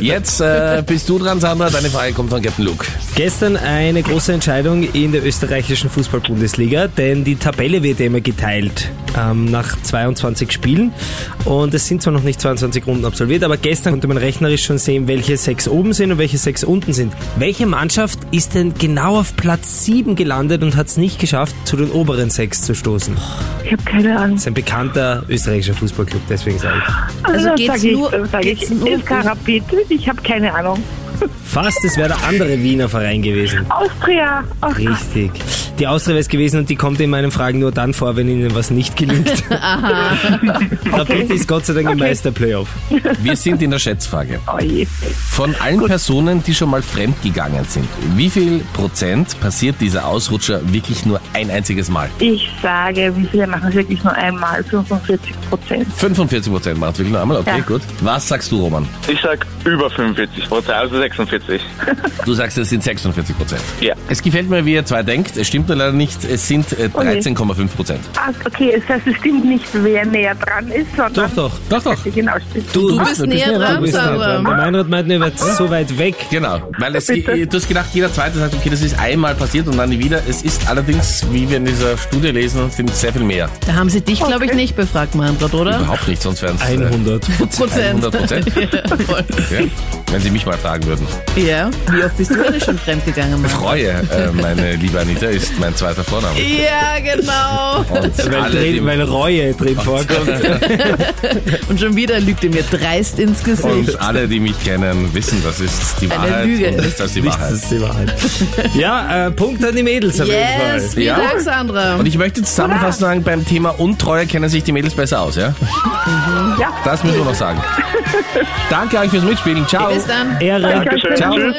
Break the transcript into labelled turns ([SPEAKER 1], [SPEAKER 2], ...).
[SPEAKER 1] Jetzt äh, bist du dran, Sandra. Deine Frage kommt von Captain Luke.
[SPEAKER 2] Gestern eine große Entscheidung in der österreichischen Fußball-Bundesliga, denn die Tabelle wird ja immer geteilt ähm, nach 22 Spielen. Und es sind zwar noch nicht 22 Runden absolviert, aber gestern konnte man rechnerisch schon sehen, welche sechs oben sind und welche sechs unten sind. Welche Mannschaft ist denn genau auf Platz 7 gelandet und hat es nicht geschafft, zu den oberen sechs zu stoßen?
[SPEAKER 3] Ich habe keine Ahnung.
[SPEAKER 2] Das ist ein bekannter österreichischer Fußballclub, deswegen sage ich.
[SPEAKER 3] Also,
[SPEAKER 4] geht's
[SPEAKER 3] sag ich,
[SPEAKER 4] nur-
[SPEAKER 3] sag ich,
[SPEAKER 4] geht's nur- um
[SPEAKER 3] ist Karapet. Ich habe keine Ahnung.
[SPEAKER 2] Fast, es wäre der andere Wiener Verein gewesen.
[SPEAKER 3] Austria. Austria.
[SPEAKER 2] Richtig. Die Austria wäre es gewesen und die kommt in meinen Fragen nur dann vor, wenn ihnen was nicht gelingt. Aha. Tapete ist Gott sei Dank im Meister-Playoff.
[SPEAKER 1] Wir sind in der Schätzfrage.
[SPEAKER 3] Oh je.
[SPEAKER 1] Von allen Personen, die schon mal fremdgegangen sind, wie viel Prozent passiert dieser Ausrutscher wirklich nur ein einziges Mal?
[SPEAKER 3] Ich sage, wie viele machen es wirklich nur einmal? 45 Prozent.
[SPEAKER 1] 45 Prozent macht wirklich nur einmal. Okay,
[SPEAKER 3] Ja.
[SPEAKER 1] gut. Was sagst du, Roman?
[SPEAKER 5] Ich sag über 45 Prozent, also 46.
[SPEAKER 1] Du sagst, es sind 46 Prozent.
[SPEAKER 5] Ja.
[SPEAKER 1] Es gefällt mir, wie ihr zwei denkt. Es stimmt nur leider nicht. Es sind äh,
[SPEAKER 3] Oh je.
[SPEAKER 1] 13,5 Prozent.
[SPEAKER 3] Ah, okay, das heißt, es stimmt nicht, wer näher dran ist, sondern
[SPEAKER 2] Doch, doch.
[SPEAKER 1] Doch, doch.
[SPEAKER 3] wer genau stimmt.
[SPEAKER 4] Du bist näher dran, Sandra.
[SPEAKER 2] Der Meinrad meint, ihr wart so weit weg.
[SPEAKER 1] Genau, weil es, du hast gedacht, jeder Zweite sagt, okay, das ist einmal passiert und dann nie wieder. Es ist allerdings, wie wir in dieser Studie lesen, sind es sehr viel mehr.
[SPEAKER 4] Da haben sie dich, glaube ich, nicht befragt, Manfred, oder?
[SPEAKER 1] Überhaupt nicht, sonst äh, wären es
[SPEAKER 2] 100.
[SPEAKER 4] Prozent.
[SPEAKER 1] 100 Prozent.
[SPEAKER 4] ja, voll.
[SPEAKER 1] Okay. Wenn Sie mich mal fragen würden.
[SPEAKER 4] ja, wie oft bist du denn schon fremdgegangen, Manfred?
[SPEAKER 1] Treue, äh, meine liebe Anita, ist mein zweiter Vorname.
[SPEAKER 4] Ja, genau.
[SPEAKER 1] Und
[SPEAKER 2] Weil,
[SPEAKER 1] alle, die,
[SPEAKER 2] drin, weil Reue drin vorkommt.
[SPEAKER 4] Und schon wieder lügt er mir dreist ins Gesicht.
[SPEAKER 1] und alle, die mich kennen, wissen, das ist die
[SPEAKER 4] Eine
[SPEAKER 1] Wahrheit
[SPEAKER 4] Lüge.
[SPEAKER 1] und ist das die
[SPEAKER 2] Nichts
[SPEAKER 1] Wahrheit.
[SPEAKER 2] ist die Wahrheit. Ja, äh, Punkt an die Mädels auf jeden
[SPEAKER 4] Yes,
[SPEAKER 2] Fall.
[SPEAKER 4] vielen
[SPEAKER 1] Ja.
[SPEAKER 4] Dank, Sandra.
[SPEAKER 1] Und ich möchte zusammenfassend sagen, beim Thema Untreue kennen sich die Mädels besser aus, ja?
[SPEAKER 3] Ja.
[SPEAKER 1] Das müssen wir noch sagen. Danke euch fürs Mitspielen. Ciao.
[SPEAKER 4] Bis dann.
[SPEAKER 2] Ehre.
[SPEAKER 3] Dankeschön.
[SPEAKER 1] Ciao.
[SPEAKER 4] Tschüss.